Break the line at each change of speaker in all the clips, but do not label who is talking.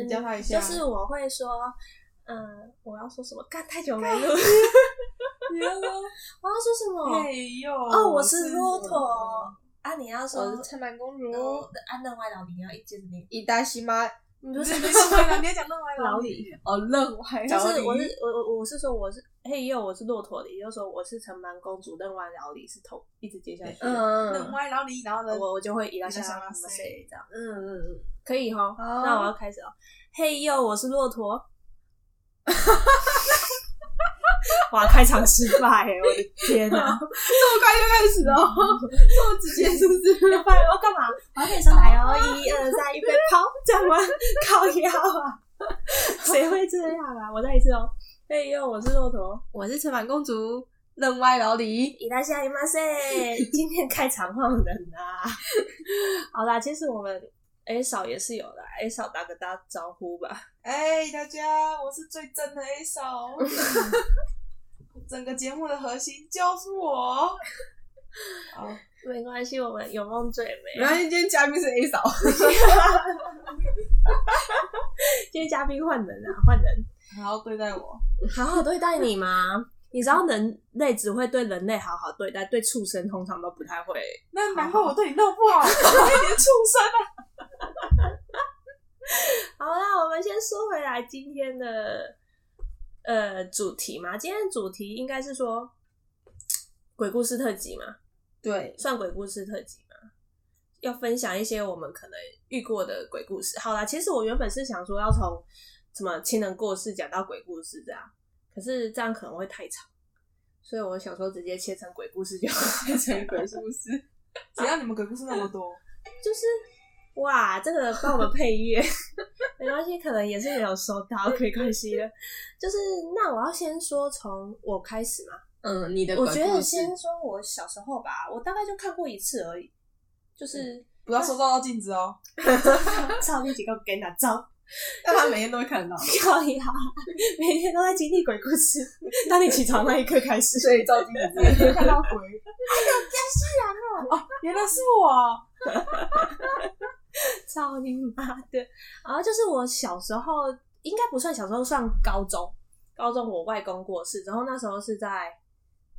你教他一下
嗯就是我会说，嗯，我要说什么？干太久没录，我要
你要说
说什么？
嘿哟，
哦，我是骆驼啊！你要说
我是，灿烂公主，
嗯啊，那歪老李你要一接着念，
伊达西妈，
你不是你喜 欢你要讲乐歪
老
李
李。
哦，任歪
就
老
是我
李
是，我我我是说我是嘿又我是骆驼里，又说我是城门公主，任弯老李是头一直接下去，
嗯，
乐
嗯
歪老李，然后呢？
我我就会一到下
一到下
什么谁这样，
嗯嗯，
可以哈，那我要开始哦，嘿又我是骆驼，哇开场失败耶，我的天哪，
这么快就开始哦， 这么直接是不是？
要不然我要干 嘛？我要变成来哦，一二三，预备跑，这样吗？靠腰啊，谁会这样啊？我再一次哦，嘿又我是骆驼。
我是城满公主，任歪老李，
伊拉夏伊马塞，今天开场啊换人啦、好啦，其实我们 A 嫂也是有的，A 嫂打个大招呼吧。
哎，大家，我是最真的 A 嫂，整个节目的核心就是我。好，
没关系，我们有梦最美
然。后今天嘉宾是 A 嫂，
今天嘉宾换人啊，换人，
好好对待我。
好好对待你吗？ 你知道人类只会对人类好好对待，对畜生通常都不太会。
那难怪我对你那么不好，我对你的畜生。
好啦，我们先说回来今天的呃主题嘛，今天的主题应该是说鬼故事特辑嘛。
对，
算鬼故事特辑吗？要分享一些我们可能遇过的鬼故事。好啦，其实我原本是想说要从什么亲人过世讲到鬼故事这样，可是这样可能会太长，所以我想说直接切成鬼故事就好。
变成鬼故事，
只要你们鬼故事那么多，
就是哇，这个帮我们配乐， 没关系，可能也是没有收到，没关系的。就是那我要先说从我开始嘛，
嗯，你的
我
鬼
觉得
故事
先说我小时候吧，我大概就看过一次而已，就是。
嗯
不要说照照镜子哦，
照那几个给哪照？
但他每天都会看到，
靠呀！啊每天都在经历鬼故事。 当你起床那一刻开始，
所以照镜
每
子，
天看到鬼。哎呦，
哦
原来是我。啊
操你妈的！然后就是我小时候，应该不算小时候，算高中。高中我外公过世，然后那时候是在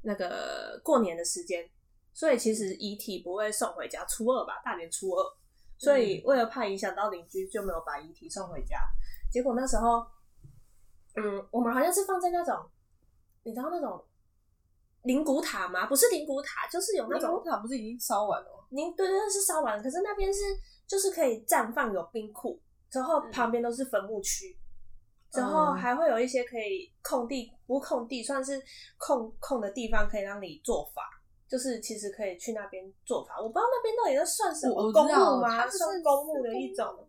那个过年的时间，所以其实遗体不会送回家，初二吧，大年初二。所以为了怕影响到邻居，就没有把遗体送回家。结果那时候，嗯，我们好像是放在那种，你知道那种灵骨塔吗？不是灵骨塔，就是有那种
塔不是已经烧完了吗？
您对对对是烧完，可是那边是就是可以绽放有冰库，之后旁边都是坟墓区，之后
嗯
还会有一些可以空地，不是空地，算是空空的地方，可以让你做法，就是其实可以去那边做法。我不知道那边到底在算什
我
么
我知道
公墓吗？
它是
算公墓的一种，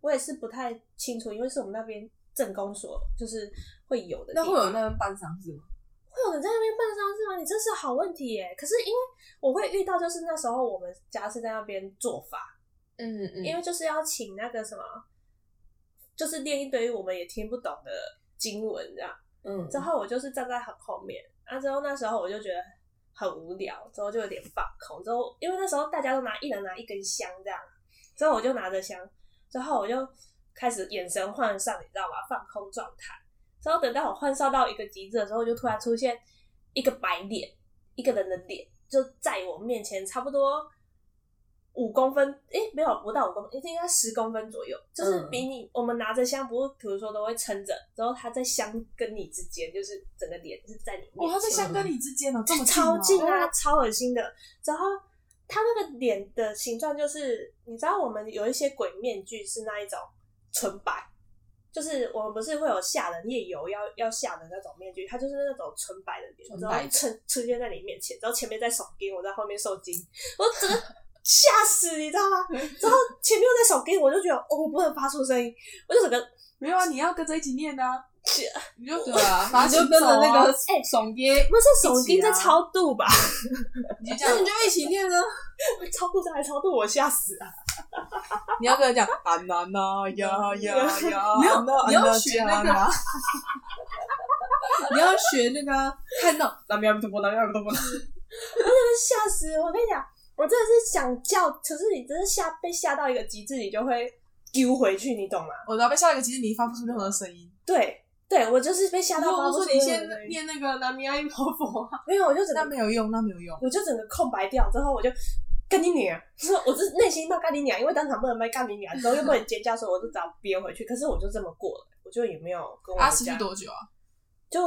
我也是不太清楚，因为是我们那边镇公所就是会有的地
那
方。
会有那边办丧事吗？
会有人在那边办丧事吗？你这是好问题耶。可是因为我会遇到，就是那时候我们家是在那边做法，
嗯嗯
因
为
为就是要请那个什么，就是练一堆我们也听不懂的经文这样。
嗯
哦
之后我就是站在很后面，啊，之后那时候我就觉得很无聊，之后就有点放空。之后因为那时候大家都拿一人拿一根香这样，之后我就拿着香，之后我就开始眼神涣散，你知道吧？放空状态。之后等到我涣散到一个极致的时候，就突然出现一个白脸，一个人的脸就在我面前，差不多。五公分，诶、没有不到五公分，应该十公分左右，就是
嗯
比你、我们拿着香，不是比如说都会撑着，然后他在香跟你之间，就是整个脸是在你面前。
哇，他在香跟你之
哎
间哦，这么
超
近
近
哦
啊，超恶心的。然后它那个脸的形状就是，你知道我们有一些鬼面具是那一种纯白，就是我们不是会有吓人夜游要要吓人那种面具，它就是那种纯白的脸，
纯
然
白
后出出现在你面前，然后前面在耸筋，我在后面受惊，我整 个吓死，你知道吗？然后前面又在耸筋，我就觉得哦，我不能发出声音，我就整个
没有啊，你要跟着一起念啊，你就
对啊，
把它
你就
请
跟着
走
那
啊
个哎耸爹，
不是耸筋
一起
在
啊
超度吧？
你就这
那
样
你，就一起念啊，
超度再来超度，我吓死啊！
你要跟人讲啊那那呀呀呀，
没有
啊那
你要
啊那
学
加
那个
啦
你要学那个啊看到南无阿弥陀佛，南无阿弥陀佛，
吓死！我跟你讲，我真的是想叫，可是你真的吓被吓到一个极致，你就会丢回去，你懂吗？
我只要被下一个其实你发不出任何声音。
对，对我就是被吓
然
到
后
发
我
不
说
出
你
任何
先
声音
念那个南无阿弥陀佛啊，
没有，我就整
那
个
没有用，那没有用。
我就整个空白掉，之后我就干你 娘！就是我是内心骂干你娘，因为当场不能骂干你娘，之后又不能尖叫，所以我就只好憋回去。可是我就这么过了，我就也没有跟我
啊，
们
持续
家
多久啊？
就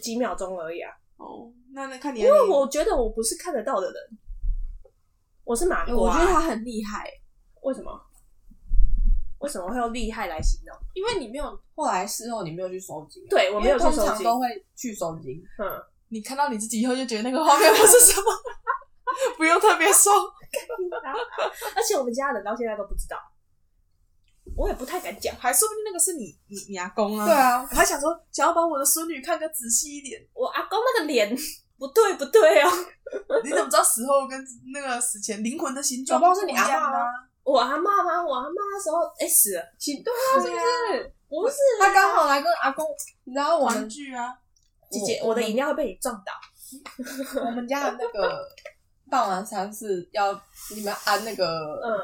几秒钟而已啊。
哦，那那看你，
因为我觉得我不是看得到的人，我是麻瓜。
我觉得他很厉害，
为什么？为什么会用厉害来形容？
因为你没有，
后来事后你没有去收集，
对我没有去
因为
收
通常
集，
都会去收集。
嗯，
你看到你自己以后就觉得那个画面不是什么， 不用特别说。
而且我们家人到现在都不知道，我也不太敢讲。
还说不定那个是你你你阿公啊。
对，啊，
我还想说想要把我的孙女看个仔细一 点，
我阿公那个脸不对不对哦，
你怎么知道死后跟那个死前灵魂的形
搞
状
不好
不
是你
一
阿
样
妈
啊？
啊，
我阿妈吗？我阿妈那时候哎、死了，
请对
是不是？不是啊，
他刚好来跟阿公，你知道我
玩
们
具啊，
姐姐，我的饮料会被你撞倒。
我们家的那个办完丧事要你们安那个，
嗯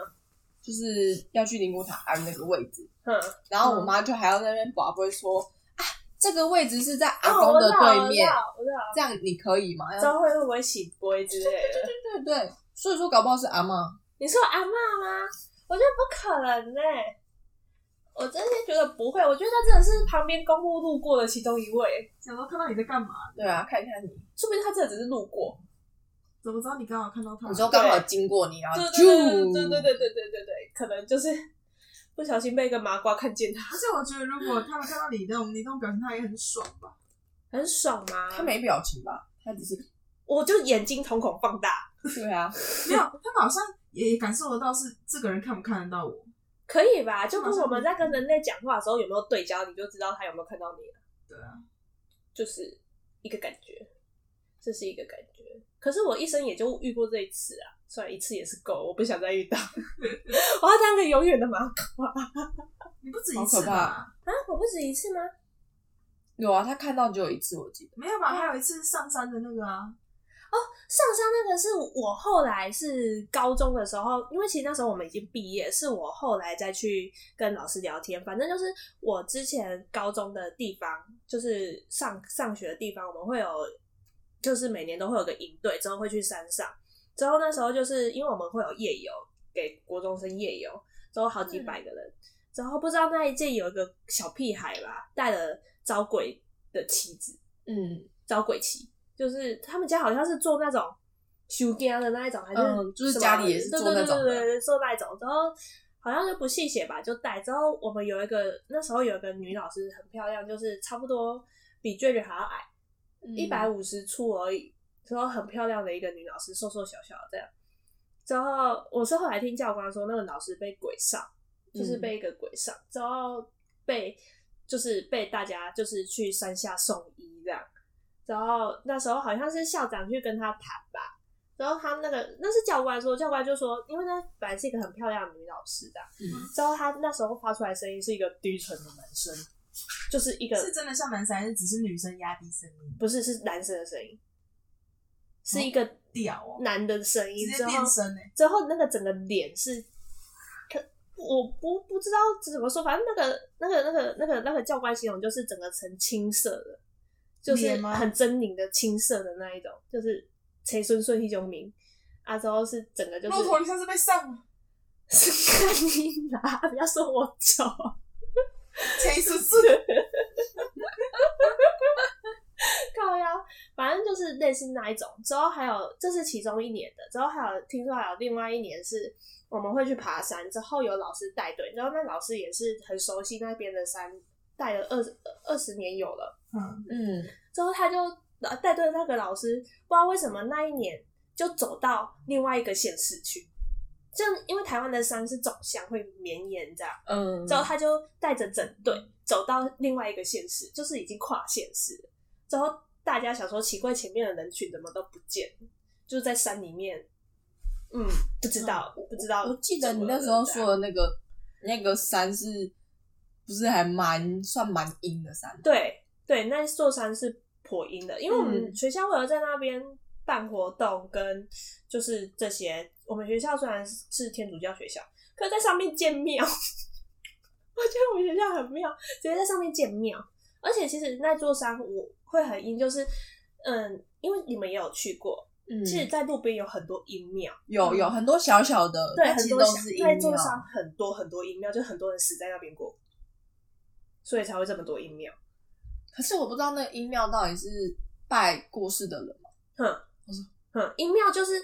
就是要去灵骨塔安那个位置，
嗯，
然后我妈就还要在那边宝贝说啊，这个位置是在阿公的对面，
哦我知道，
这样你可以吗？
我知道，之后会会不会醒杯之类的？
对对，所以说搞不好是阿妈。
你说阿嬷吗？我觉得不可能呢、我真心觉得不会，我觉得他真的是旁边公路路过的其中一位，
想说看到你在干嘛？
对啊，看看你，
说不定他真的只是路过。
怎么知道你刚好看到他？
你说刚好经过你，然后
对
就
对对对对对对对对对，可能就是不小心被一个麻瓜看见他，
而且我觉得，如果他们看到你那种你那种表情，他也很爽吧？
很爽吗？
他，没表情吧？他只是
我就眼睛瞳孔放大，
对啊，
没有，他们好像也感受得到是这个人看不看得到我。
可以吧？就跟我们在跟人类讲话的时候有没有对焦，你就知道他有没有看到你了。
对啊，
就是一个感觉，这是一个感觉。可是我一生也就遇过这一次啊，算一次也是够，我不想再遇到， 我要当个永远的麻瓜啊！
你不止一
好
次
可怕
吧？
我不止一次吗？
有啊，他看到只有一次，我记得。
没有吧？还有一次上山的那个啊，
上山那个是我后来是高中的时候，因为其实那时候我们已经毕业，是我后来再去跟老师聊天。反正就是我之前高中的地方，就是上上学的地方，我们会有，就是每年都会有个营队，之后会去山上。之后那时候就是因为我们会有夜游，给国中生夜游，之后好几百个人。之后不知道那一届有一个小屁孩吧，带了招鬼的旗子，
嗯
招鬼旗，就是他们家好像是做那种修家的那一种，还是
嗯就是
什么
家里也是做那种的
对对对对对做那一种，然后好像就不信邪吧，就带。之后我们有一个那时候有一个女老师很漂亮，就是差不多比娟娟还要矮，
嗯
一百五十出而已，然后很漂亮的一个女老师，瘦瘦小小的这样。之后我是后来听教官说，那个老师被鬼上，就是被一个鬼上，之后被就是被大家就是去山下送医这样。然后那时候好像是校长去跟他谈吧，然后他那个那是教官说，教官就说，因为那本来是一个很漂亮的女老师的，
嗯
之后他那时候发出来声音是一个低沉的男生，就是一个
是真的像男生，还是只是女生压低声音？
不是，是男生的声音，是一个
屌哦，
男的声音
直，接
之后
变声哎、
之后那个整个脸是，可我不不知道怎么说，反正那个那个那个那个那个教官形容就是整个呈青色的，就是
脸吗
很狰狞的青色的那一种，就是陈孙顺一中明啊，之后是整个就
骆驼，
是
你上次被上了，
是看你拿，啊不要说我丑，
前一次是
靠腰，反正就是类似那一种。之后还有，这是其中一年的，之后还有听说还有另外一年是我们会去爬山，之后有老师带队，然后那老师也是很熟悉那边的山，带了二十二十年有了。
嗯，
嗯，
之后他就呃带队的那个老师，不知道为什么那一年就走到另外一个县市去。这样，因为台湾的山是走向会绵延这样，
嗯
之后他就带着整队走到另外一个县市，就是已经跨县市了。之后大家想说，奇怪，前面的人群怎么都不见了，就是在山里面，嗯，不知道，不知道。
我记得你那时候
啊
说，的那个那个山是，不是还蛮算蛮阴的山？
对对，那座山是颇阴的，因为我们
嗯
学校会有在那边办活动，跟就是这些。我们学校虽然是天主教学校，可是在上面建庙， 觉得我们学校很妙，直接在上面建庙。而且其实那座山我会很阴，就是嗯，因为你们也有去过，
嗯
其实，在路边有很多阴庙，
有有很多小小的，
嗯对，
但
很
其实
多
都
小
是阴
那座
庙。
山很多很多阴庙，就很多人死在那边过，所以才会这么多阴庙。
可是我不知道那个阴庙到底是拜过世的人吗？
嗯，阴庙就是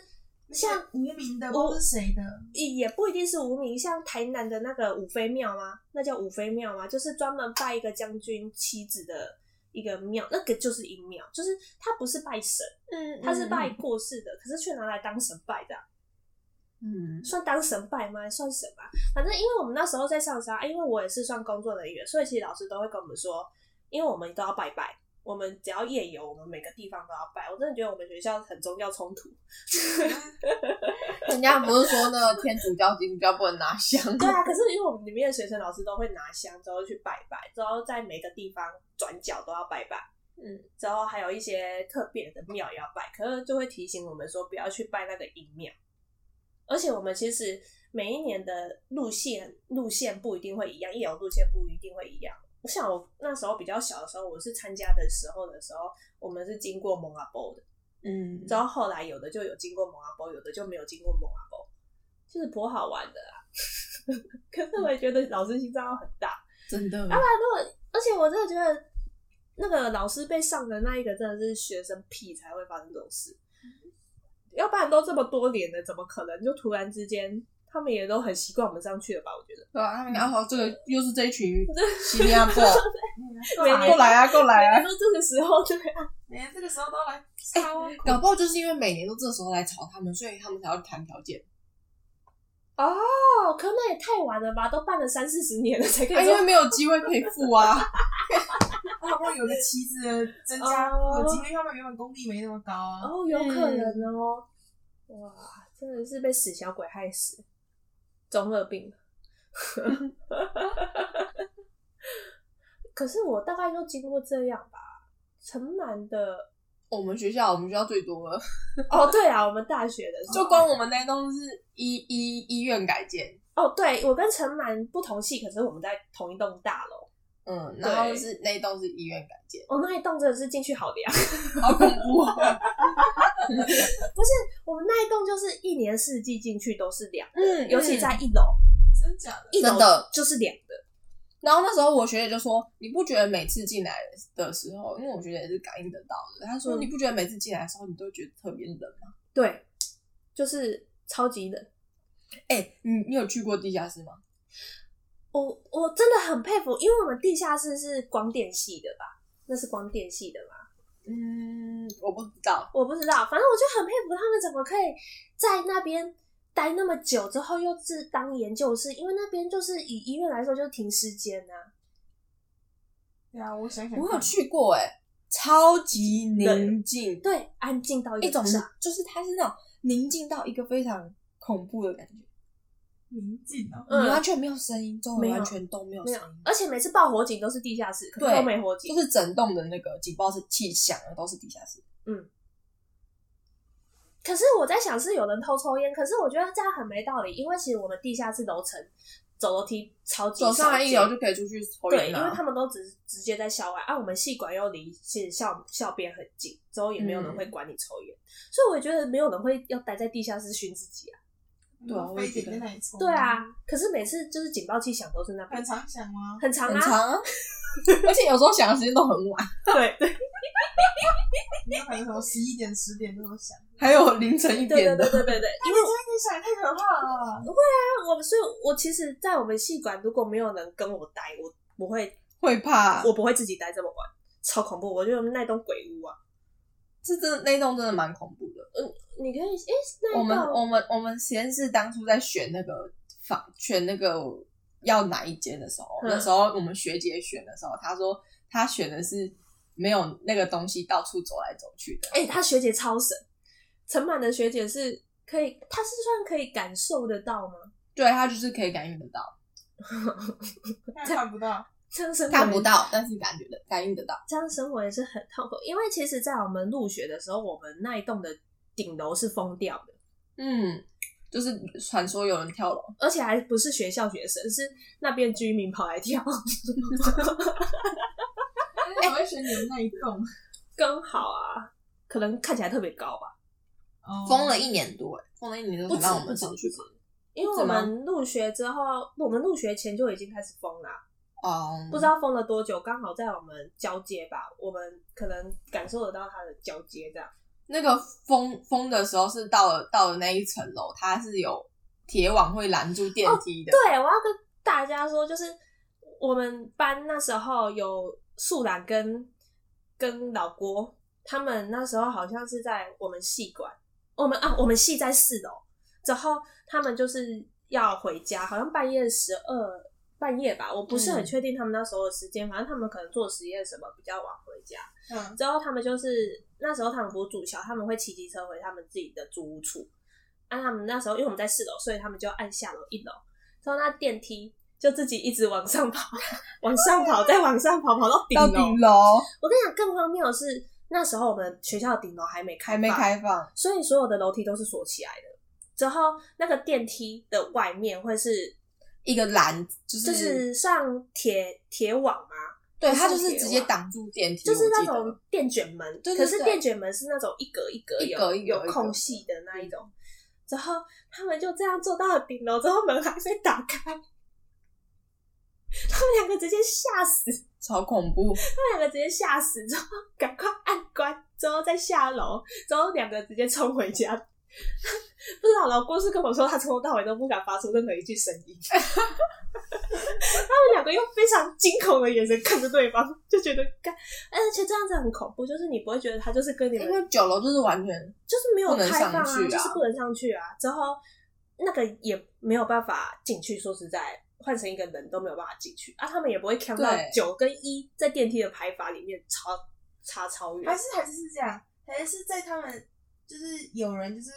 像
像无名的，不知道是谁的，
也也不一定是无名，像台南的那个五妃庙吗？那叫五妃庙吗？就是专门拜一个将军妻子的一个庙，那个就是阴庙，就是它不是拜神，
嗯
它是拜过世的，可是却拿来当神拜的啊，
嗯
算当神拜吗？算神吧。反正因为我们那时候在上山，啊因为我也是算工作人员，所以其实老师都会跟我们说，因为我们都要拜拜。我们只要夜游，我们每个地方都要拜。我真的觉得我们学校很宗教冲突，
人家不是说那个天主教、基督教不能拿香
对啊，可是因为我们里面的学生老师都会拿香之后去拜拜，之后在每个地方转角都要拜拜，
嗯，
之后还有一些特别的庙也要拜，可是就会提醒我们说不要去拜那个阴庙，而且我们其实每一年的路线路线不一定会一样，夜游路线不一定会一样。我想我那时候比较小的时候，我是参加的时候的时候，我们是经过蒙阿波的。
嗯
然后后来有的就有经过蒙阿波，有的就没有经过蒙阿波，就是颇好玩的啦。 可是我也觉得老师心脏要很大，
真的，
而且我真的觉得那个老师被上的那一个真的是学生屁才会发生这种事，要不然都这么多年了，怎么可能就突然之间？他们也都很习惯我们上去了吧？我觉得
对啊，他们然后这个又是这 一群新加坡，
每年
过来啊，过
哎
来啊！
每年都这个时候，对啊，
每天这个时候都来插我
搞不好就是因为每年都这时候来吵他们，所以他们才要谈条件。
哦，可那也太晚了吧？都办了三四十年了，才可
啊
以
因
说
为没有机会可以付啊，
他会有个妻子增加
哦
有机会，因为他们原本功力没那么高啊。
哦，有可
嗯
能哦。哇，真的是被死小鬼害死，中二病。 可是我大概就经过这样吧，城满的。
我们学校我们学校最多了，
哦，对啊，我们大学的时候
就光我们那栋是医医医院改建，
哦，对我跟城满不同系，可是我们在同一栋大楼。
嗯，然后是那栋是医院改 建，
哦，那一栋真的是进去好凉。
好恐怖哦。
我们那一栋就是一年四季进去都是凉，
嗯
尤其在一楼，
真假的？
一楼
真的
就是凉的。
然后那时候我学姐就说：“你不觉得每次进来的时候，因为我学姐也是感应得到的，她说
嗯
你不觉得每次进来的时候你都觉得特别冷吗
对，就是超级冷。？”
哎、你你有去过地下室吗？
我我真的很佩服，因为我们地下室是光电系的吧？那是光电系的吧？
嗯，我不知道。
我不知道，反正我就很佩服他们怎么可以在那边待那么久之后，又自当研究室，因为那边就是以医院来说就是停尸间啊呐、
对啊，我想想看，
我有去过、哎，超级宁静，
对，安静到
一种
炸
就是啊它是那种宁静到一个非常恐怖的感觉，
宁静哦，
嗯
你完全没有声音，周
没
围
有
完全都没有
没
声
有
音，，
而且每次报火警都是地下室，可是
对
都没火警
就。是整栋的那个警报是气响的都是地下室。
可是我在想，是有人偷抽烟，可是我觉得这样很没道理，因为其实我们地下室楼层走楼梯超级
走上
少
来一
见
楼就可以出去抽
对，
烟
因为
了、
他们都直直接在校外，啊，我们系馆又离其实校校边很近，之后也没有人
嗯
会管你抽烟，所以我觉得没有人会要待在地下室熏自己啊。
对啊我也
非
觉
得
得
在那里抽。
对，啊，可是每次就是警报器响都是那边
很，常想吗？
很长
哦很
啊，
长啊， 而且有时候想的时间都很晚，
对对
你有可能从十一点、十点都有想，
还有凌晨一
对对
点
对
的。
对对 对，因为
十一点想也太可怕了吧。
那我们所以，我其实，在我们系馆如果没有人跟我待，我不会，
会怕，
我不会自己待这么晚，超恐怖。我觉得我们那栋鬼屋啊，
是真的那一栋真的蛮恐怖的。
你可以，诶，那
我
一
们
栋
我们我们实验室当初在选那个房，选那个要哪一间的时候，
嗯
那时候我们学姐选的时候，她说她选的是没有那个东西到处走来走去的。
哎、他学姐超神，陈满的学姐是可以，她是算可以感受得到吗？
对，她就是可以感应得到，
但看不到，
这样生活
看不，到，但是感觉的感应得到。
这样生活也是很痛苦。因为其实，在我们入学的时候，我们那一栋的顶楼是封掉的，
嗯，就是传说有人 跳楼，
而且还不是学校学生，是那边居民跑来跳，
我会选你们那一栋。
刚好啊，可能看起来特别高吧。
哦
封了一年多、欸，封了一年多
不
才
止
让我们
不止
上去嘛。
因为
怎
我
么
们入学之后，我们入学前就已经开始封了啊、
哦、
不知道封了多久，刚好在我们交接吧，我们可能感受得到它的交接这样。
那个封封的时候是到了到了那一层楼，它是有铁网会拦住电梯的。
哦对，我要跟大家说，就是我们班那时候有素兰跟跟老郭，他们那时候好像是在我们系馆，我们啊，我们系在四楼，之后他们就是要回家，好像半夜十二半夜吧，我不是很
嗯
确定他们那时候的时间，反正他们可能做实验什么比较晚回家。
嗯，
之后他们就是那时候他们不是住校，他们会骑机车回他们自己的租屋处。啊，他们那时候因为我们在四楼，所以他们就按下楼一楼，之后那电梯就自己一直往上跑，往上跑，再往上跑，跑到顶
到
楼。
顶楼
我跟你讲，更荒谬的是，那时候我们学校的顶楼还没开，
还没，开放，
所以所有的楼梯都是锁起来的。之后那个电梯的外面会是
一个栏就是、
就是上铁铁网吗？
对，
上
它就是
铁
直接
网
挡住电梯，
就是
我
那
记得
种电卷门，
对对
可是
对
电卷门是那种一格一格有
一格一格嗯
有空隙的那一种。然后他们就这样坐到了顶楼，之后门还没打开， 他们两个直接吓死，
超恐
他
怖。
们两个直接吓死，之后赶快按关，之后再下楼，之后两个直接冲回家。 不知道老郭是跟我说，他从头到尾都不敢发出任何一句声音。他们两个用非常惊恐的眼神看着对方，就觉得干，而且这样子很恐怖，就是你不会觉得他就是跟你们
因为九楼就是完全
就是没有
不能
开放
上去啊
就是不能上去啊。之后那个也没有办法进去，说实在，换成一个人都没有办法进去啊。他们也不会看到
对
九跟一在电梯的排法里面差差超远
还，是还是是这样，还是在他们就是有人就是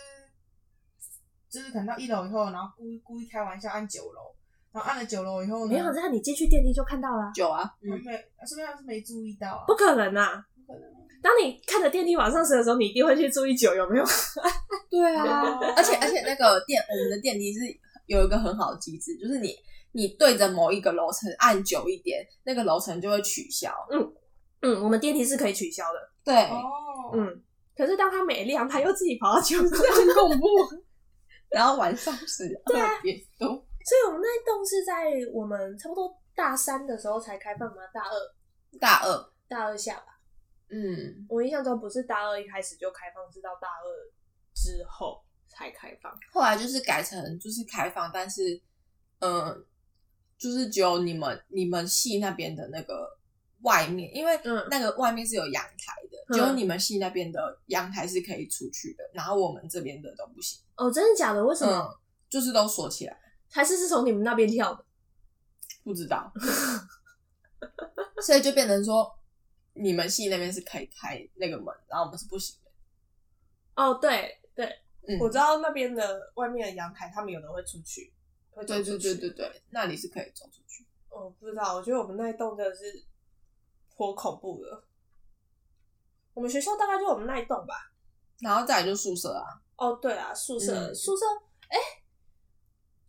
就是可能到一楼以后，然后故意故意开玩笑按九楼，然后按了九楼以后呢，
没
嗯
有这啊样，你进去电梯就看到啦、
九啊，
他
嗯，
没，说明他是没注意到啊，
不可能啊！
不可能，
当你看着电梯往上升的时候，你一定会去注意九有没有？
对 啊
哦，
而且而且那个电我们的电梯是有一个很好的机制，就是你你对着某一个楼层按久一点，那个楼层就会取消。
嗯，我们电梯是可以取消的。
对，
哦，
嗯，可是当它没亮，它又自己跑到九楼。
很恐怖。 然后晚上是二点多，
所以我们那一栋是在我们差不多大三的时候才开放吗？大二，
大二，
大二下吧。
嗯，
我印象中不是大二一开始就开放，是到大二之后才开放。
后来就是改成就是开放，但是，呃，就是只有你们你们系那边的那个外面，因为
嗯
那个外面是有阳台的，
嗯
只有你们系那边的阳台是可以出去的，然后我们这边的都不行，
哦，真的假的？为什么？
嗯，就是都锁起来，
还是是从你们那边跳的？
不知 道，所以就变成说你们系那边是可以开那个门，然后我们是不行的，
哦，对对，
嗯，
我知道那边的外面的阳台，他们有的会出去，会走
对对
出去
对对对，那里是可以走出去。
我不知道，我觉得我们那一栋真的是颇恐怖的。我们学校大概就我们那一栋吧。
然后再来就宿舍啊，
哦，对啊，宿舍、
嗯
宿舍，哎、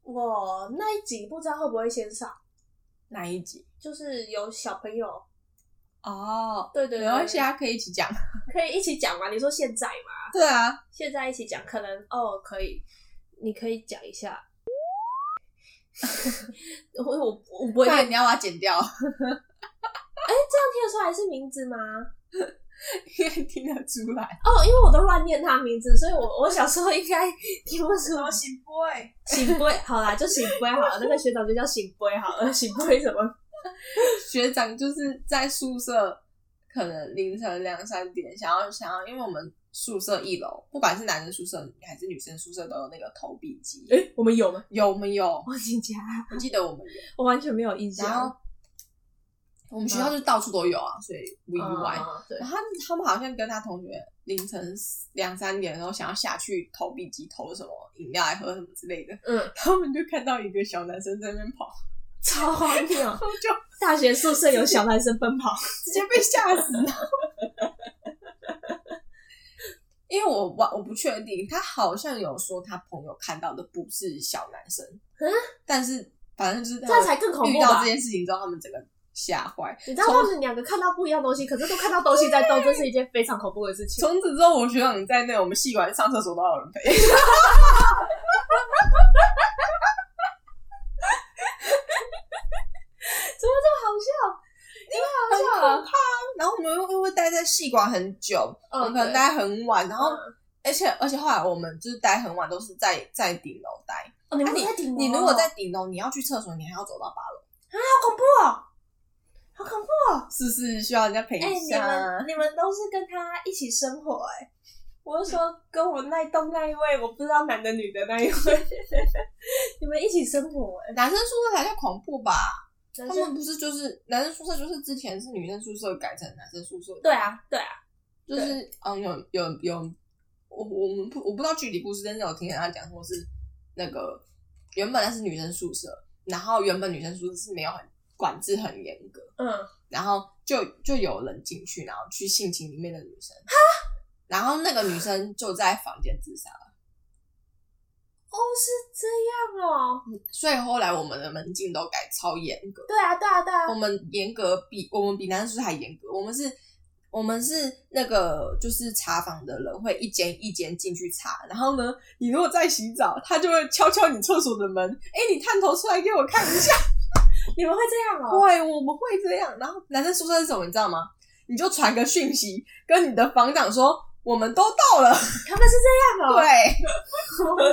我那一集不知道会不会先上，
哪一集？
就是有小朋友
哦，
对对对
没关系啊，可以一起讲。
可以一起讲吗？你说现在吗？
对啊，
现在一起讲，可能哦可以，你可以讲一下。 我我我不会
不
念
然你要把它剪掉，
听得出来是名字吗？
因为听得出来。
哦，因为我都乱念他名字，所以我我小时候应该听不出
什
来
么。醒 boy，
醒杯好啦，就醒杯好了，那个学长就叫醒杯好了， 醒杯什么？
学长就是在宿舍，可能凌晨两三点，想要想要，因为我们宿舍一楼，不管是男生宿舍还是女生宿舍，都有那个投币机。
哎、我们有吗？
有没有？
忘记加，
我记得我们有。
我完全没有印象。
然后我们学校就到处都有啊，所以不意外。
嗯对
然，后他他们好像跟他同学凌晨两三点的时候想要下去投币机投什么饮料来喝什么之类的，
嗯，
他们就看到一个小男生在那边跑，
超荒谬！
然后就
大学宿舍有小男生奔跑，
直接被吓死了。因因为我我我不确定，他好像有说他朋友看到的不是小男生，
嗯
但是反正就是他
这才更恐怖吧
遇到这件事情之后，他们整个吓坏。
你知道他们两个看到不一样东西，可是都看到东西在动，这是一件非常恐怖的事情。
从此之后，我学长在那我们系馆上厕所都要有人陪。
好笑啊
然后我们又又会待在戏馆很久，
嗯
我们可能待很晚，然后、而且而且后来我们就是待很晚，都是在在顶楼待。
哦，你
那
们在顶楼哦，
你如果在顶楼，你要去厕所，你还要走到八楼，
好恐怖哦，好恐怖！
是不是需要人家陪
哎、
一
你
下啊？
们你们都是跟他一起生活哎、我是说跟我那一栋那一位，我不知道男的女的那一位， 你们一起生活哎、
男生宿舍才叫恐怖吧？
男
他
生
们不是就是男生宿舍，就是之前是女生宿舍改成男生宿舍，
对，啊对啊，
就是嗯有有有，我我们不我不知道具体故事，但是有听人家讲说是那个原本那是女生宿舍，然后原本女生宿舍是没有很管制很严格，
嗯，
然后就就有人进去，然后去性侵里面的女生，然后那个女生就在房间自杀了，
哦是这样哦，
所以后来我们的门禁都改超严格，
对啊对啊对啊
我，们严格比我们比男生宿舍还严格，我们是。我们是那个就是查房的人会一间一间进去查，然后呢，你如果在洗澡，他就会敲敲你厕所的门，哎、你探头出来给我看一下。
你们会这样哦，
会，我们会这样。然后男生宿舍是什么，你知道吗？你就传个讯息跟你的房长说，我们都到了。
他们是这样
啊
哦，
对，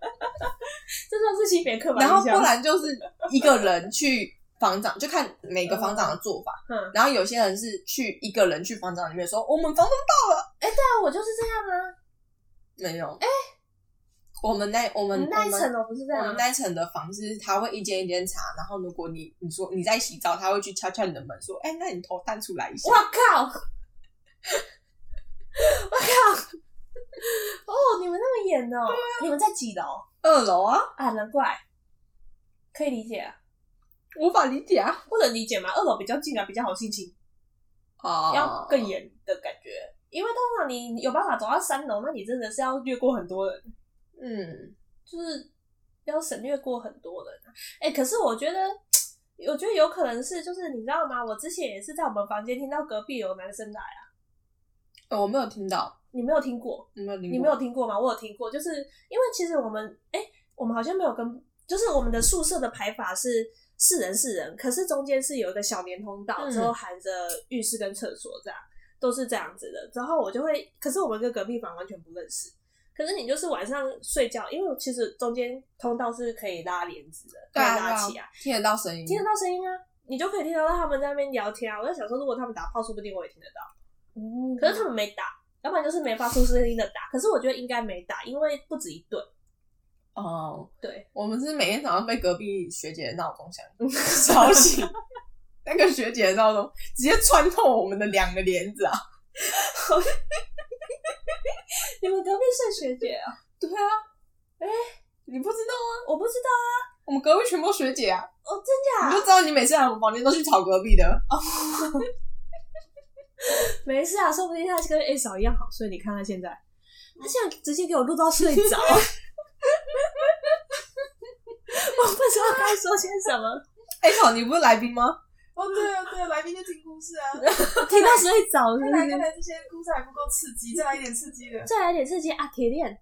这种事情别刻板
然后
印象
不然就是一个人去房长，就看每个房长的做法。
嗯
然后有些人是去一个人去房长里面说，我们房东
啊我就是这样啊，
没有。哎、我们那我
我
们
们那一
我
层
们
楼不是这
我
样
们
啊，
那一层的房是，他会一间一间查，然后如果你你说你在洗澡，他会去敲敲你的门，说：“哎、那你头探出来一下。
我靠， 我靠，哦你们那么严哦，你们在几楼？”
二楼啊，
啊，难怪，可以理解啊，
无法理解啊。
不能理解嘛。二楼比较近啊，比较好心情，
哦
要更严的感觉。因为通常你有办法走到三楼，那你真的是要越过很多人，
嗯，
就是要省略过很多人啊。哎、可是我觉得，我觉得有可能是，就是你知道吗？我之前也是在我们房间听到隔壁有男生来啊，
呃我没有听到，
你没有听过？
你没有听过，
你没有听过吗？我有听过，就是因为其实我们，哎、我们好像没有跟，就是我们的宿舍的排法是四人四人，可是中间是有一个小连通道，
嗯
之后含着浴室跟厕所这样，都是这样子的。然后我就会，可是我们跟隔壁房完全不认识。可是你就是晚上睡觉，因为其实中间通道是可以拉帘子的，可
对
以
啊
拉
对啊
起来，
听得到声音，
听得到声音啊，你就可以听得到他们在那边聊天啊。我在想说，如果他们打炮，说不定我也听得到。哦可是他们没打，要不然就是没发出声音的打。可是我觉得应该没打，因为不止一对。
哦。
对，
我们是每天早上被隔壁学姐的闹钟响
嗯
吵醒，那个学姐的闹钟直接穿透我们的两个 帘子啊！
你们隔壁睡学姐啊？
对啊，哎、你不知道啊？
我不知道
我们隔壁全部都学姐啊！
哦，真
你
假？
就知道你每次来我们房间都去吵隔壁的。
没事啊，说不定他跟 A 嫂一样好睡。你看他现在，他现在直接给我录到睡着。 我不知道该说些什 么，
哎、草，你不是来宾吗？
哦，对啊，对啊，来宾就听 故事啊。
听到睡着是
看
不
来看
是？
来这些故事还不够刺激，再来一点刺激的。
再来点刺激啊！铁链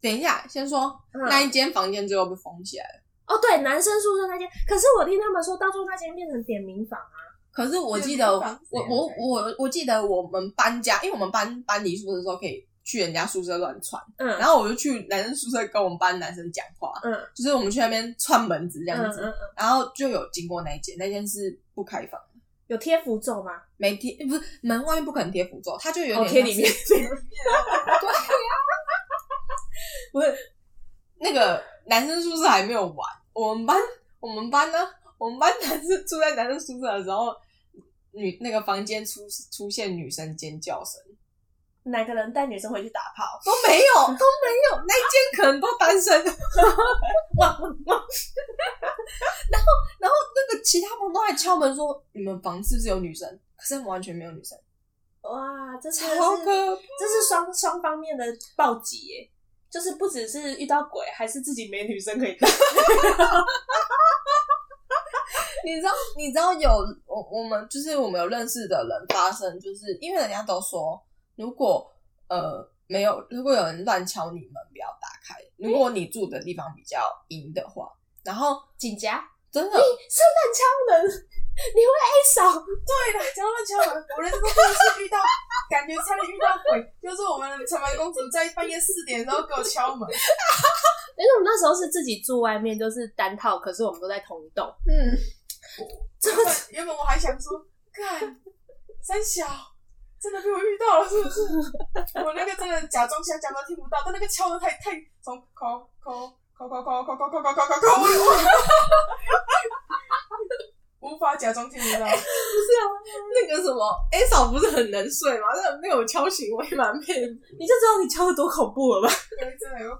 等一下，先说、
嗯
那一间房间最后被封起来了。
哦，对，男生宿舍那间，可是我听他们说，到最后那间变成点名房啊。
可是我记
那
得，
个房
我
子也
我
很
我我记得我们搬家，因为我们搬搬离宿舍的时候可以去人家宿舍乱窜，
嗯，
然后我就去男生宿舍跟我们班男生讲话，
嗯
就是我们去那边串门子这样子，
嗯嗯
然后就有经过那一间，那间是不开放的，
有贴符咒吗？
没贴不是门外面不可能贴符咒，它就有点
哦
像是
贴里面
不是那个男生宿舍还没有完，我们班我们班呢，我们班男生住在男生宿舍的时候，女那个房间出出现女生尖叫声
哪个人带女生回去打炮？
都没有都没有，那一间可能都单身， 然后然后那个其他房东还敲门说你们房是不是有女生？可是完全没有女生，
哇，这真的
超
是
可怕。
这是双双方面的暴击耶，就是不只是遇到鬼，还是自己没女生可以带。
你知道，你知道有我我们就是我们有认识的人发生，就是因为人家都说，如果呃没有，如果有人乱敲你门，不要打开。如果你住的地方比较阴的话，然后
警夹
真的
是乱敲门，你会 A 手，
对了，讲到敲门，我人生中真的是遇到，感觉差点遇到鬼，就是我们的城门公主在半夜四点的时候给我敲门，
因为我们那时候是自己住外面，就是单套，可是我们都在同一栋。
嗯，
原本原本我还想说，干三小。真的被我遇到了，是不是？我那个真的假装想假装听不到，但那个敲的太太从扣扣扣扣扣扣扣扣扣扣扣扣，无法假装听不到。
那个什么 A 嫂不是很能睡吗？那没有敲醒我也 蛮佩服。
你就知道你敲的多恐怖了吧？
对，真的有恐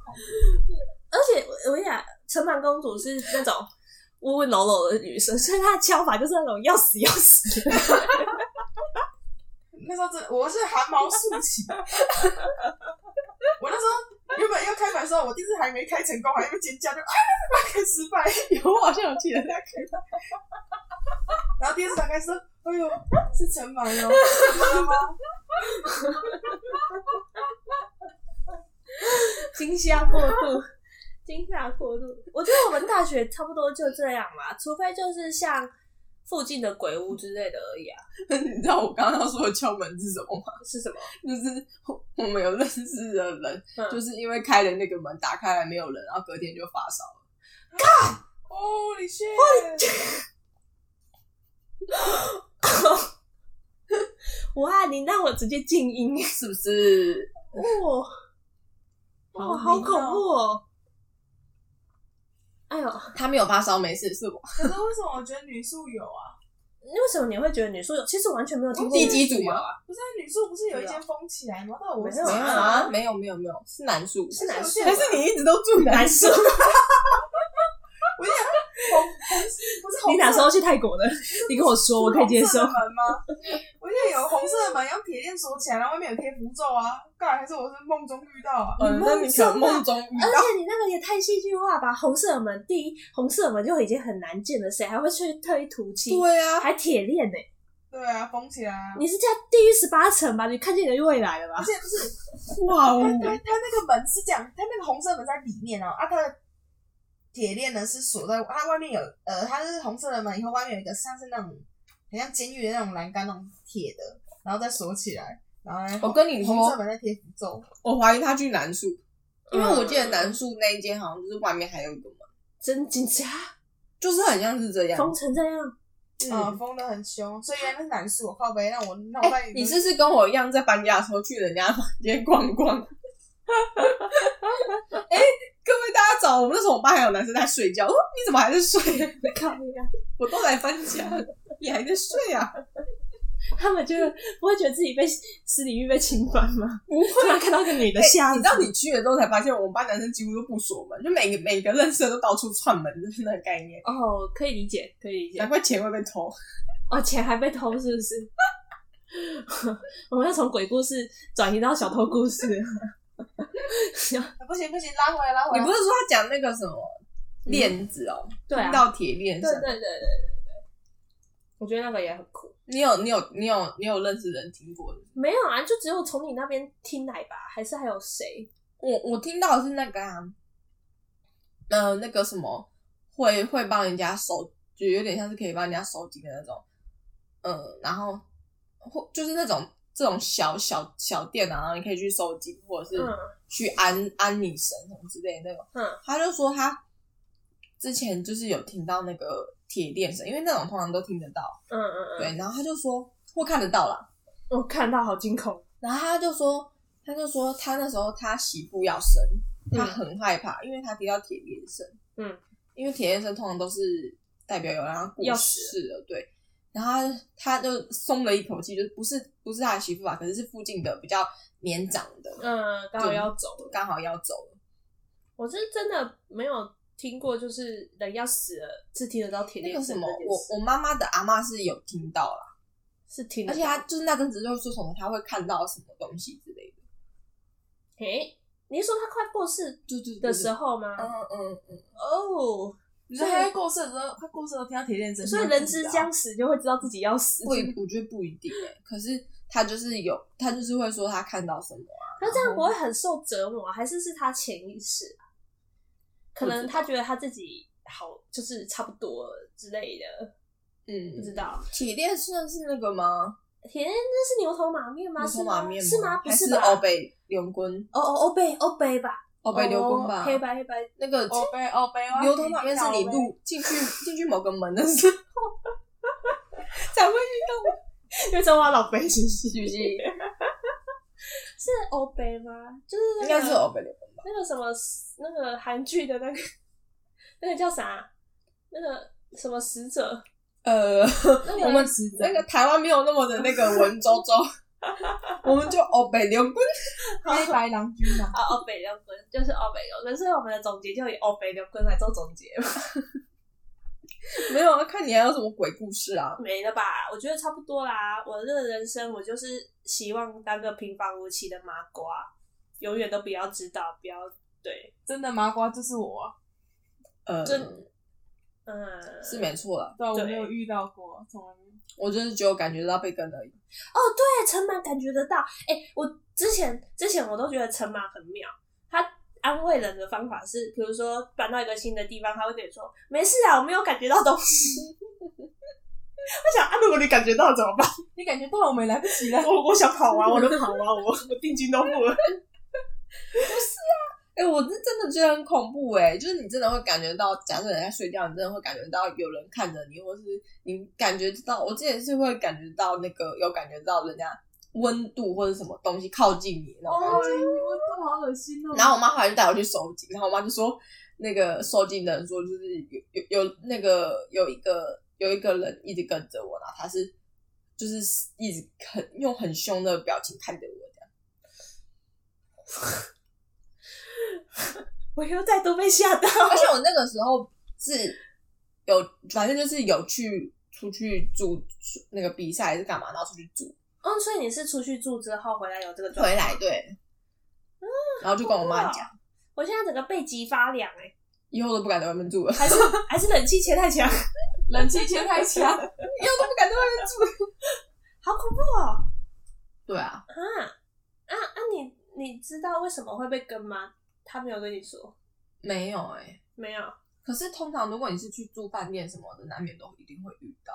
而且我我跟你讲，城门公主是那种 温温柔柔的女生，所 以她的敲法就是那种要死要 死。
那时候真的我是汗毛竖起，我那时候原本要开门的时候，我第一次还没开成功，还没尖叫就啊，开失败。
有，我好像有记得那个。
然后第二次打开说，哎呦，是尘螨哦，你知道吗？
惊吓过度，惊吓过度。我觉得我们大学差不多就这样啦，除非就是像附近的鬼屋之类的而已啊。
你知道我刚刚说的敲门是什么吗？
是什么？
就是我 我们有认识的人，
嗯
就是因为开了那个门，打开来没有人，然后隔天就发烧了。
哦，你去，
哇，你让我直接静音
是不是？
哦！哇，好恐怖哦！哎呦，
他没有发烧，没事，是我
可是为什么我觉得女宿有 啊？
你为什么你会觉得女宿友？其实完全没有听过
第几组吗？
不是啊女宿不是有一间封起来吗？但我是
啊没有
啊，
没有没有没有，是男宿，
是男宿
还是你一直都住男宿？
我就想说红红不是红色
你哪时候去泰国的？你跟我说，我可以接受
是。红色的门吗？ 我记得有红色的门，用铁链锁起来，然后外面有贴符咒啊。干，还是我是梦中遇到啊？
嗯，那你可能梦中遇
而
到。
且你那个也太戏剧化吧！红色门，第一红色门就已经很难见了，谁还会去特意涂漆？
对啊，
还铁链呢？
对啊，封起来啊。
你是叫地狱十八层吧？你看见你的未来了吧
而？且不是
哇哦
它，它它那个门是这样，它那个红色门在里面哦，啊，它的铁链呢是锁在它外面有呃，它是红色的门，以后外面有一个像是那种很像监狱的那种栏杆那种铁的，然后再锁起来，然后呢
我跟你
红色
说，
门再贴符咒。
我怀疑他去男宿，因为我记得
嗯
男宿那一间好像就是外面还有一个门，
真警察
就是很像是这样。嗯
封成这样，
啊、封的很凶，所以原来是男宿，靠背，让我让我带
你是不是跟我一样在搬家的时候去人家房间逛逛？ 哎、各位大家早！我们那时候我爸还有男生在睡觉，哦，你怎么还在睡？
靠呀！
我都来搬家了，你还在睡啊？
他们觉得不会觉得自己被私领域被侵犯吗？
不会
突然看到一个女的
欸
吓
你知道你去了之后才发现，我们班男生几乎都不锁门，就每个每个认识的都到处串门，就是那个概念。
哦，可以理解，可以理解
难。怪钱会被偷。
哦，钱还被偷是不是？ 我们要从鬼故事转移到小偷故事。
哎不行不行，拉回来拉回
你
来
不，是说他讲那个什么链子哦？
对啊，
到铁链
对
上
对。对对对对我觉得那个也很酷。
你有你有你有你有认识人听过的？
没有啊，就只有从你那边听来吧，还是还有谁？
我我听到的是那个啊，呃，那个什么会会帮人家收，就有点像是可以帮人家收集的那种，呃，然后或就是那种这种小小小店啊，然后你可以去收集，或者是
嗯
去安安你神什么之类的那种。
嗯，
他就说他之前就是有听到那个铁链声，因为那种通常都听得到，
嗯嗯嗯，
对，然后他就说或看得到啦，
我看到好惊恐。
然后他就说，他就说他那时候他媳妇要生，他很害怕，因为他提到铁链生，
嗯，
因为铁链生通常都是代表有人要过
要死
世了，对。然后他他就松了一口气，就是不是不是他的媳妇啊，可是是附近的比较年长的，
嗯，刚好要走了。
刚好要走了，
我是真的没有听过，就是人要死了是听得到铁
那
链
个什
声
么
这件，事
我我妈妈的阿妈是有听到啦，
是听得
而
到，
且他就是那阵子就说什么他会看到什么东西之类的，
诶，你是说他快过世
就就
的时
候，
候吗？
嗯嗯嗯，
哦，
你说他会过世的时候，他过世的时候听到铁链声，
所以人之将死就会知道自己要死。
不一，我觉得不一定哎、可是他就是有，他就是会说他看到什么啊，
可是这样不会很受折磨啊，还是是他潜意识啊？可能他觉得他自己好，就是差不多了之类的，不知
嗯，
道。
铁链算是那个吗？
天，那是牛头马面吗？
牛头马面
是吗？不
还是
吧？
欧北流棍？
哦哦欧贝欧贝吧，
欧北流棍吧？
哦黑白黑白，
那个
欧贝欧贝，
流头马面是你路进去进去某个门的时候才会
因为中华老北
去是不是？
是欧贝吗？就是
应
那
该是
个
欧北流棍吧？
那个什么那个韩剧的那个那个叫啥？那个什么使者？
呃，
那
我们
死
那个台湾没有那么的那个文绉绉，我们就欧北流棍。
黑白郎君嘛，
啊，欧北六分就是欧北六分，所以我们的总结就以欧北六分来做总结，
没有啊，看你还有什么鬼故事啊？
没了吧？我觉得差不多啦。我这个人生，我就是希望当个平凡无奇的麻瓜，永远都不要知道，不要对，
真的麻瓜就是我，啊
呃，
真嗯，
是没错啦，
对啊，我
对
没有遇到过，从来没有。
我就是只有感觉到被跟而已。
哦，对，陈满感觉得到。哎、我之前之前我都觉得陈满很妙，他安慰人的方法是，比如说搬到一个新的地方，他会跟你说没事啊，我没有感觉到东西。 我想啊，如果你感觉到怎么办？
你感觉到我们来不及了，
我我想跑完，我都跑完，我我定金都付了。
哎、我是真的觉得很恐怖哎、就是你真的会感觉到，假设人在睡觉，你真的会感觉到有人看着你，或是你感觉到，我之前是会感觉到那个有感觉到人家温度或者什么东西靠近你那种
哦
感觉。
我好恶心哦
然后我妈后来就带我去收金，然后我妈就说，那个收金的人说，就是有有有那个有一个有一个人一直跟着我，然后他是就是一直很用很凶的表情看着我，这样
我又再度被吓到。
而且我那个时候是有，反正就是有去出去住住那个比赛还是干嘛，然后出去住
哦，所以你是出去住之后回来有这个状
回
态？
来对，然后就跟我妈讲，
我现在整个背脊发凉哎、
以后都不敢在外面 住了，
还是还是冷气切太强，
冷气切太强，
以后都不敢在外面住。
好恐怖哦！
对啊，
啊啊啊！你你知道为什么会被跟吗？他没有跟你说，
没有哎、
没有。
可是通常如果你是去住饭店什么的，难免都一定会遇到，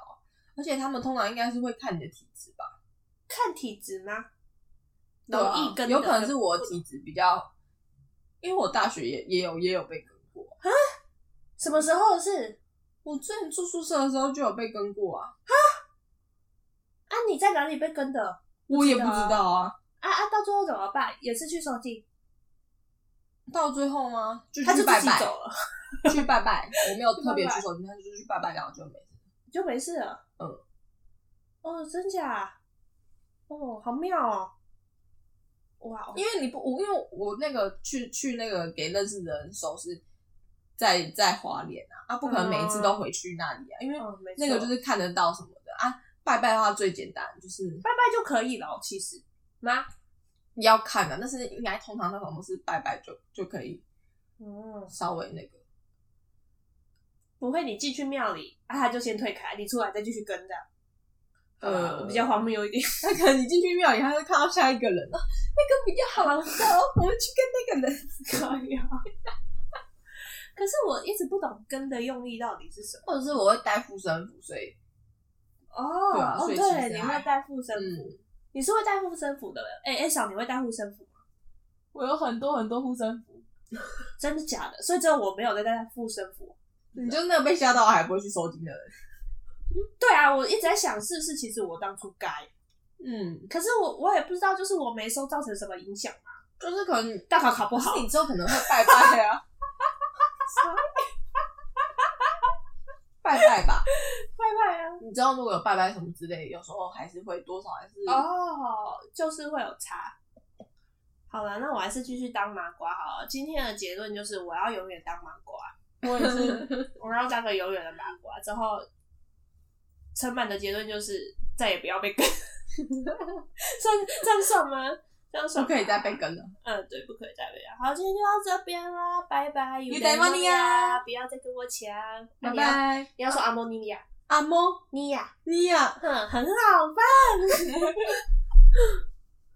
而且他们通常应该是会看你的体质吧，
看体质吗？
对
容
啊
易跟的
有可能是我体质比较，因为我大学也也有也有被跟过，
什么时候是？
我之前住宿舍的时候就有被跟过啊，
啊，你在哪里被跟的？
我也不
不知道啊
知道啊，
啊啊！到最后怎么办？也是去收金，
到最后吗？就
他就
去
自
拜
己
拜
走，了，
去拜拜，我 没有特别去手机，他就是去拜拜，然后就没事。
就没事了。
嗯。
哦，真假？哦，好妙哦！哇哦，
因为你不，我因为我那个去去那个给认识的人收是在在花莲啊，啊不可能每一次都回去那里啊，因为
嗯哦没错
那个就是看得到什么的啊。拜拜的话最简单，就是
拜拜就可以了哦，其实吗？
要看的、啊，但是应该通常那种都是拜拜就就可以
嗯，
稍微那个。
不会，你进去庙里，啊，他就先退开，你出来再继续跟这样。呃，
呃
比较荒谬一 点。
那可能你进去庙里，他会看到下一个人啊，那个比较好笑，我们去跟那个人。
可是我一直不懂跟的用意到底是什么。
或者是我会带护身符，所以
哦
对啊
哦，
所以其实还
对，你会带护身符，
嗯，
你是会带护身符的人。哎、欸、，S 你会带护身符吗？
我有很多很多护身符，
真的假的？所以只有我没有在带护身符。
你就是那个被吓到还不会去收金的人。
对啊，我一直在想，是不是其实我当初该？
嗯，
可是我我也不知道，就是我没收造成什么影响嘛。
就是可能
大考考不好
可是，你之后可能会拜拜啊， 拜拜吧。
拜拜啊！
你知道如果有拜拜什么之类，有时候还是会多少还是
哦，就是会有差。好了，那我还是继续当麻瓜好了。今天的结论就是，我要永远当麻瓜。
我也是，
我要当个永远的麻瓜。之后，陈满的结论就是再也不要被跟，算这样算吗？这样算
不
吗
可以再被跟了。
嗯，对，不可以再被啊。好，今天就到这边啦，拜拜。有
有点
点
腻啊
不要再跟我抢。那
拜
你要。
拜，
你要说阿莫尼亚，
阿莫
尼亚，
尼亚。
哼，很好吧？